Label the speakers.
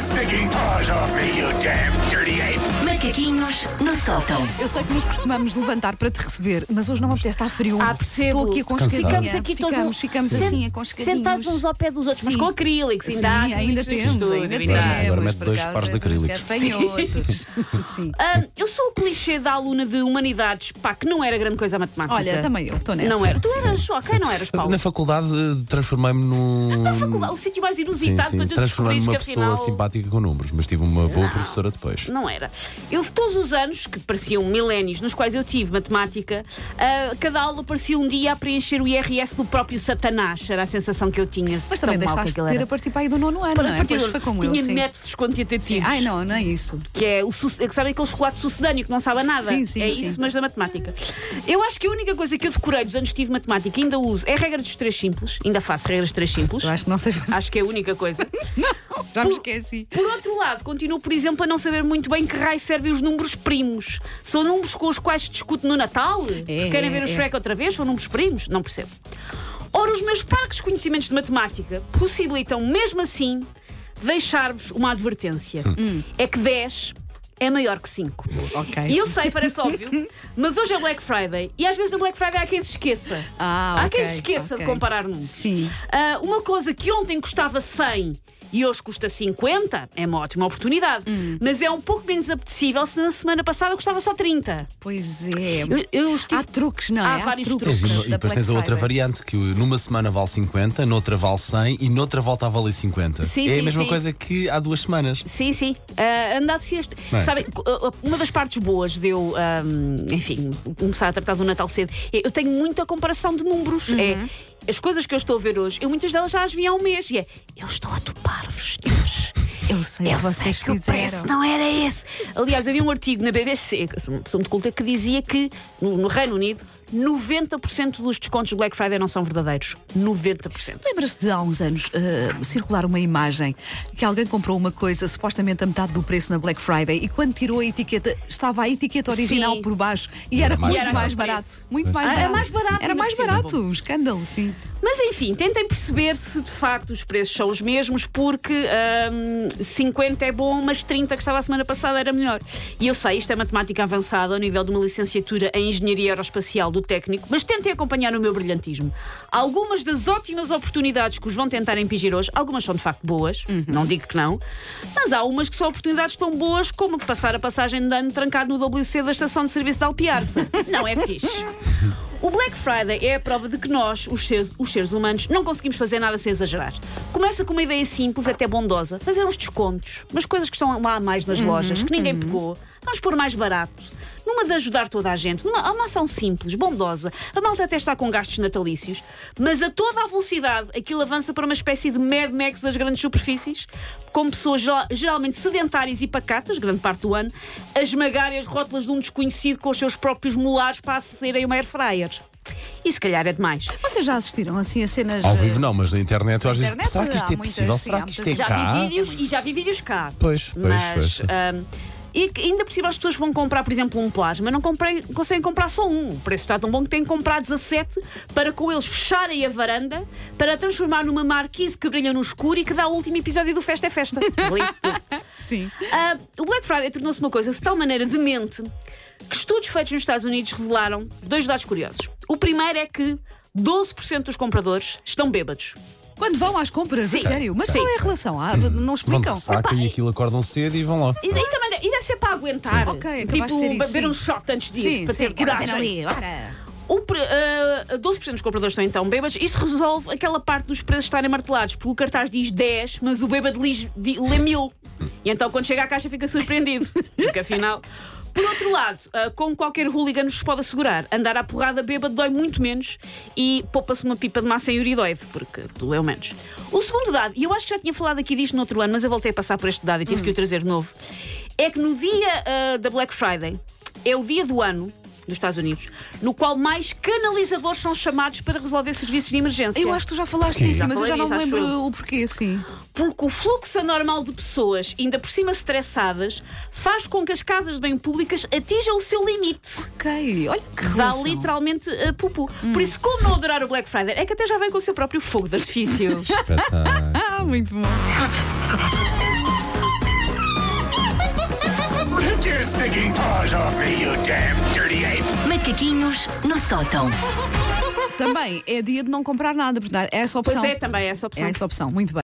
Speaker 1: sticking paws off me, you damn dirty ape!
Speaker 2: Macaquinhos no sótão.
Speaker 3: Eu sei que nos costumamos levantar para te receber, mas hoje não me apetece, está frio.
Speaker 4: Ah, percebo.
Speaker 3: Estou aqui aconchegadinha.
Speaker 4: Ficamos aqui todos
Speaker 3: Ficamos,
Speaker 4: um-
Speaker 3: ficamos
Speaker 4: Sim.
Speaker 3: assim, aconchegadinhos.
Speaker 4: Sentados uns ao pé dos outros, mas
Speaker 3: Sim.
Speaker 4: com acrílicos,
Speaker 3: Sim,
Speaker 4: ainda há
Speaker 3: ainda
Speaker 4: acrílicos
Speaker 3: temos,
Speaker 4: nisto
Speaker 3: ainda
Speaker 4: tudo,
Speaker 3: temos.
Speaker 4: ainda há.
Speaker 5: Agora mete
Speaker 3: por
Speaker 5: dois
Speaker 3: acaso,
Speaker 5: pares de
Speaker 3: temos que
Speaker 5: acrílicos.
Speaker 3: apanhar outros. Sim.
Speaker 4: Ah, eu sou o clichê da aluna de humanidades, pá, que não era grande coisa a matemática.
Speaker 3: Olha, também eu, estou nessa.
Speaker 4: Não era. Tu eras, ok, não eras, Paulo.
Speaker 5: Na faculdade eh, transformei-me num.
Speaker 4: A faculdade, o sítio mais
Speaker 5: Sim,
Speaker 4: inusitado
Speaker 5: sim.
Speaker 4: quando eu
Speaker 5: Transformei-me
Speaker 4: descobri que
Speaker 5: numa pessoa assim
Speaker 4: afinal...
Speaker 5: simpática com números, mas tive uma
Speaker 3: Ah.
Speaker 5: boa professora depois.
Speaker 4: Não era. Eu, de todos os anos, que pareciam milénios, nos quais eu tive matemática, ah, cada aula parecia um dia a preencher o IRS do próprio Satanás. Era a sensação que eu tinha.
Speaker 3: Mas também
Speaker 4: Tão mal que
Speaker 3: deixaste de
Speaker 4: aquilo
Speaker 3: ter
Speaker 4: era.
Speaker 3: a partir para aí do nono ano, não é? Pois foi como eu,
Speaker 4: tinha
Speaker 3: sim.
Speaker 4: métodos quantitativos.
Speaker 3: Ai, não, não é isso.
Speaker 4: que é o su- que sabe aquele chocolate sucedâneo que não sabe a nada.
Speaker 3: Sim, sim,
Speaker 4: é
Speaker 3: sim.
Speaker 4: isso, mas da matemática. Eu acho que a única coisa que eu decorei dos anos que tive matemática e ainda uso é a regra dos três simples. Ainda faço regras dos três simples.
Speaker 3: Eu acho que não sei fazer.
Speaker 4: Acho que é a única coisa.
Speaker 3: Não, já me esqueci.
Speaker 4: Por outro lado, continuo, por exemplo, a não saber muito bem que raio servem os números primos. São números com os quais discuto no Natal?
Speaker 3: É,
Speaker 4: Querem
Speaker 3: é,
Speaker 4: ver o
Speaker 3: é.
Speaker 4: Shrek outra vez? São números primos? Não percebo. Ora, os meus parques conhecimentos de matemática possibilitam, mesmo assim, deixar-vos uma advertência.
Speaker 3: Hum.
Speaker 4: É que 10 é maior que 5.
Speaker 3: Ok.
Speaker 4: E eu sei, parece óbvio, mas hoje é Black Friday e às vezes no Black Friday há quem se esqueça.
Speaker 3: Ah,
Speaker 4: há
Speaker 3: ok,
Speaker 4: quem se esqueça
Speaker 3: ok.
Speaker 4: de comparar números.
Speaker 3: Sim.
Speaker 4: Ah, uma coisa que ontem custava 100 e hoje custa 50 é uma ótima oportunidade, mas é um pouco menos apetecível se na semana passada custava só Ah, 30.
Speaker 3: Pois é.
Speaker 4: Eu, eu estive.
Speaker 3: Há truques, não é?
Speaker 4: Há vários
Speaker 5: Tens-
Speaker 4: truques.
Speaker 3: da-
Speaker 4: Sim,
Speaker 5: E,
Speaker 3: da
Speaker 5: e depois
Speaker 3: Black
Speaker 5: tens a outra
Speaker 3: Friday.
Speaker 5: variante que numa semana vale 50, noutra vale 100 e noutra volta a valer 50.
Speaker 4: Sim,
Speaker 5: é a
Speaker 4: sim,
Speaker 5: mesma
Speaker 4: sim.
Speaker 5: coisa que há duas semanas.
Speaker 4: Sim, sim. Ah, andasse este.
Speaker 5: Bem.
Speaker 4: Sabem, ah, ah, uma das partes boas de eu, ah, enfim, começar a tratar do Natal cedo, é eu tenho muita comparação de números. É, as coisas que eu estou a ver hoje, eu muitas delas já as vi há um mês. E é, eu estou a topar-vos, Deus.
Speaker 3: Eu sei,
Speaker 4: Eu sei
Speaker 3: vocês
Speaker 4: É que o
Speaker 3: fizeram.
Speaker 4: preço não era esse. Aliás, havia um artigo na BBC, que sou uma pessoa muito culta, que dizia que no, no Reino Unido 90% dos descontos do Black Friday não são verdadeiros. 90%.
Speaker 3: Lembras-te de há uns anos eh, circular uma imagem que alguém comprou uma coisa supostamente a metade do preço na Black Friday e quando tirou a etiqueta estava a etiqueta original
Speaker 4: Sim.
Speaker 3: por baixo e era,
Speaker 5: mais
Speaker 3: muito
Speaker 5: barato.
Speaker 3: mais
Speaker 4: Era
Speaker 3: barato.
Speaker 4: preço.
Speaker 3: Muito mais
Speaker 4: Ah,
Speaker 3: barato.
Speaker 4: era mais barato,
Speaker 3: Era
Speaker 4: ainda
Speaker 3: mais
Speaker 4: por cima.
Speaker 3: barato. Um escândalo, sim.
Speaker 4: Mas enfim, tentem perceber se de facto os preços são os mesmos, porque hum, 50 é bom, mas 30 que estava a semana passada era melhor. E eu sei, isto é matemática avançada ao nível de uma licenciatura em Engenharia Aeroespacial do técnico, mas tentem acompanhar o meu brilhantismo. Algumas das ótimas oportunidades que os vão tentar impingir hoje, algumas são de facto boas, não digo que não, mas há umas que são oportunidades tão boas como passar a passagem de ano trancado no WC da estação de serviço de Alpiarça. Não é fixe. O Black Friday é a prova de que nós, os seres, os seres humanos, não conseguimos fazer nada sem exagerar. Começa com uma ideia simples, até bondosa, fazer uns descontos, umas coisas que estão lá a mais nas lojas, que ninguém pegou, vamos pôr mais barato. Numa de ajudar toda a gente, numa há uma ação simples, bondosa, a malta até está com gastos natalícios, mas a toda a velocidade aquilo avança para uma espécie de Mad Max das grandes superfícies, com pessoas geral- geralmente sedentárias e pacatas, grande parte do ano, a esmagarem as rótulas de um desconhecido com os seus próprios molares para acederem a uma air fryer. E se calhar é demais.
Speaker 3: Vocês já assistiram assim a cenas.
Speaker 5: Ao
Speaker 3: eh,
Speaker 5: vivo não, mas na internet eu às vezes.
Speaker 3: internet
Speaker 5: Será que isto
Speaker 3: há
Speaker 5: é
Speaker 3: muitas,
Speaker 5: possível?
Speaker 3: sim, há
Speaker 5: Será que isto é
Speaker 3: muitas-
Speaker 4: Já vi
Speaker 5: cá?
Speaker 4: vídeos e já vi vídeos cá.
Speaker 5: Pois, pois,
Speaker 4: mas,
Speaker 5: pois.
Speaker 4: ahm, e que ainda por cima as pessoas vão comprar, por exemplo, um plasma, não comprei- conseguem comprar só um. O preço está tão bom que têm que comprar 17 para com eles fecharem a varanda para transformar numa marquise que brilha no escuro e que dá o último episódio do Festa é Festa. Ali.
Speaker 3: Sim.
Speaker 4: Ah, o Black Friday tornou-se uma coisa de tal maneira demente que estudos feitos nos Estados Unidos revelaram dois dados curiosos. O primeiro é que 12% dos compradores estão bêbados.
Speaker 3: Quando vão às compras, a
Speaker 4: Sim.
Speaker 3: sério. Mas qual é a relação? Ah, não
Speaker 5: Vão de
Speaker 3: explicam.
Speaker 5: saca e aquilo acordam cedo e vão logo.
Speaker 4: E, então, e também de- e deve ser é para aguentar.
Speaker 3: Sim. Ok, acabaste
Speaker 4: tipo,
Speaker 3: de dizer isso,
Speaker 4: beber
Speaker 3: sim.
Speaker 4: um shot antes de ir,
Speaker 3: Sim,
Speaker 4: para
Speaker 3: sim,
Speaker 4: ter
Speaker 3: quer bater
Speaker 4: coragem.
Speaker 3: ali, ora.
Speaker 4: O pre- ah, 12% dos compradores estão então bêbados. Isto resolve aquela parte dos preços estarem martelados, porque o cartaz diz 10, mas o bêbado liz- di- lê mil. E então quando chega à caixa fica surpreendido. Porque afinal. Por outro lado, ah, como qualquer hooligan nos pode assegurar, andar à porrada bêbado dói muito menos e poupa-se uma pipa de massa em uridoide, porque doeu menos. O segundo dado, e eu acho que já tinha falado aqui disto no outro ano, mas eu voltei a passar por este dado e tive que o trazer de novo, é que no dia ah, da Black Friday, é o dia do ano dos Estados Unidos, no qual mais canalizadores são chamados para resolver serviços de emergência.
Speaker 3: Eu acho que tu já falaste
Speaker 5: Sim.
Speaker 3: disso,
Speaker 5: Já
Speaker 3: mas eu já
Speaker 4: falei
Speaker 3: não me
Speaker 4: disso, acho
Speaker 3: lembro
Speaker 4: eu.
Speaker 3: o porquê, sim.
Speaker 4: Porque o fluxo anormal de pessoas, ainda por cima estressadas, faz com que as casas de bem públicas atinjam o seu limite.
Speaker 3: Ok, olha que
Speaker 4: Dá
Speaker 3: relação.
Speaker 4: literalmente a pupu. Por isso, como não adorar o Black Friday? É que até já vem com o seu próprio fogo de artifício.
Speaker 5: Espetáculo.
Speaker 3: Ah, muito bom.
Speaker 1: Eyes off me, you damn dirty ape!
Speaker 2: Macaquinhos no sótão.
Speaker 3: Também é dia de não comprar nada, portanto, é essa opção.
Speaker 4: Pois é, também essa opção.
Speaker 3: É essa opção, muito bem.